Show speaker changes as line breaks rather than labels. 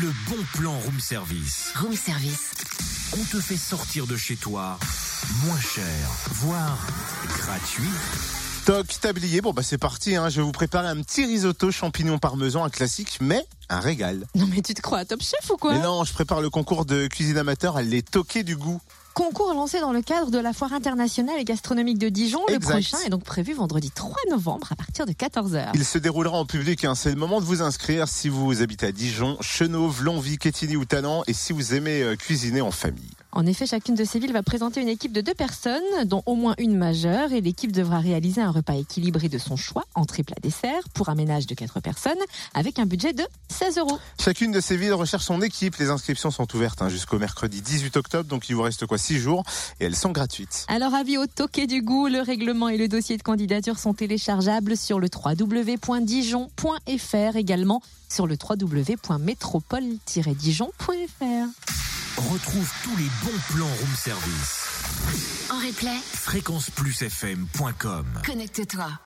Le bon plan room service.
Room service.
On te fait sortir de chez toi moins cher, voire gratuit.
Toc, tablier, bon bah c'est parti, hein. je vais vous préparer un petit risotto champignon parmesan, un classique, mais un régal.
Non mais tu te crois à Top Chef ou quoi
Mais non, je prépare le concours de cuisine amateur à les toquer du goût.
Concours lancé dans le cadre de la foire internationale et gastronomique de Dijon.
Exact.
Le prochain est donc prévu vendredi 3 novembre à partir de 14h.
Il se déroulera en public, hein. c'est le moment de vous inscrire si vous habitez à Dijon, Chenauve, Longwy, Quétigny ou Talan, et si vous aimez euh, cuisiner en famille.
En effet, chacune de ces villes va présenter une équipe de deux personnes, dont au moins une majeure, et l'équipe devra réaliser un repas équilibré de son choix, entrée plat dessert, pour un ménage de 4 personnes, avec un budget de 16 euros.
Chacune de ces villes recherche son équipe, les inscriptions sont ouvertes hein, jusqu'au mercredi 18 octobre, donc il vous reste quoi 6 jours, et elles sont gratuites.
Alors avis au toquet du goût, le règlement et le dossier de candidature sont téléchargeables sur le www.dijon.fr également sur le www.métropole-dijon.fr.
Retrouve tous les bons plans room service.
En replay,
Fréquenceplusfm.com
connecte-toi.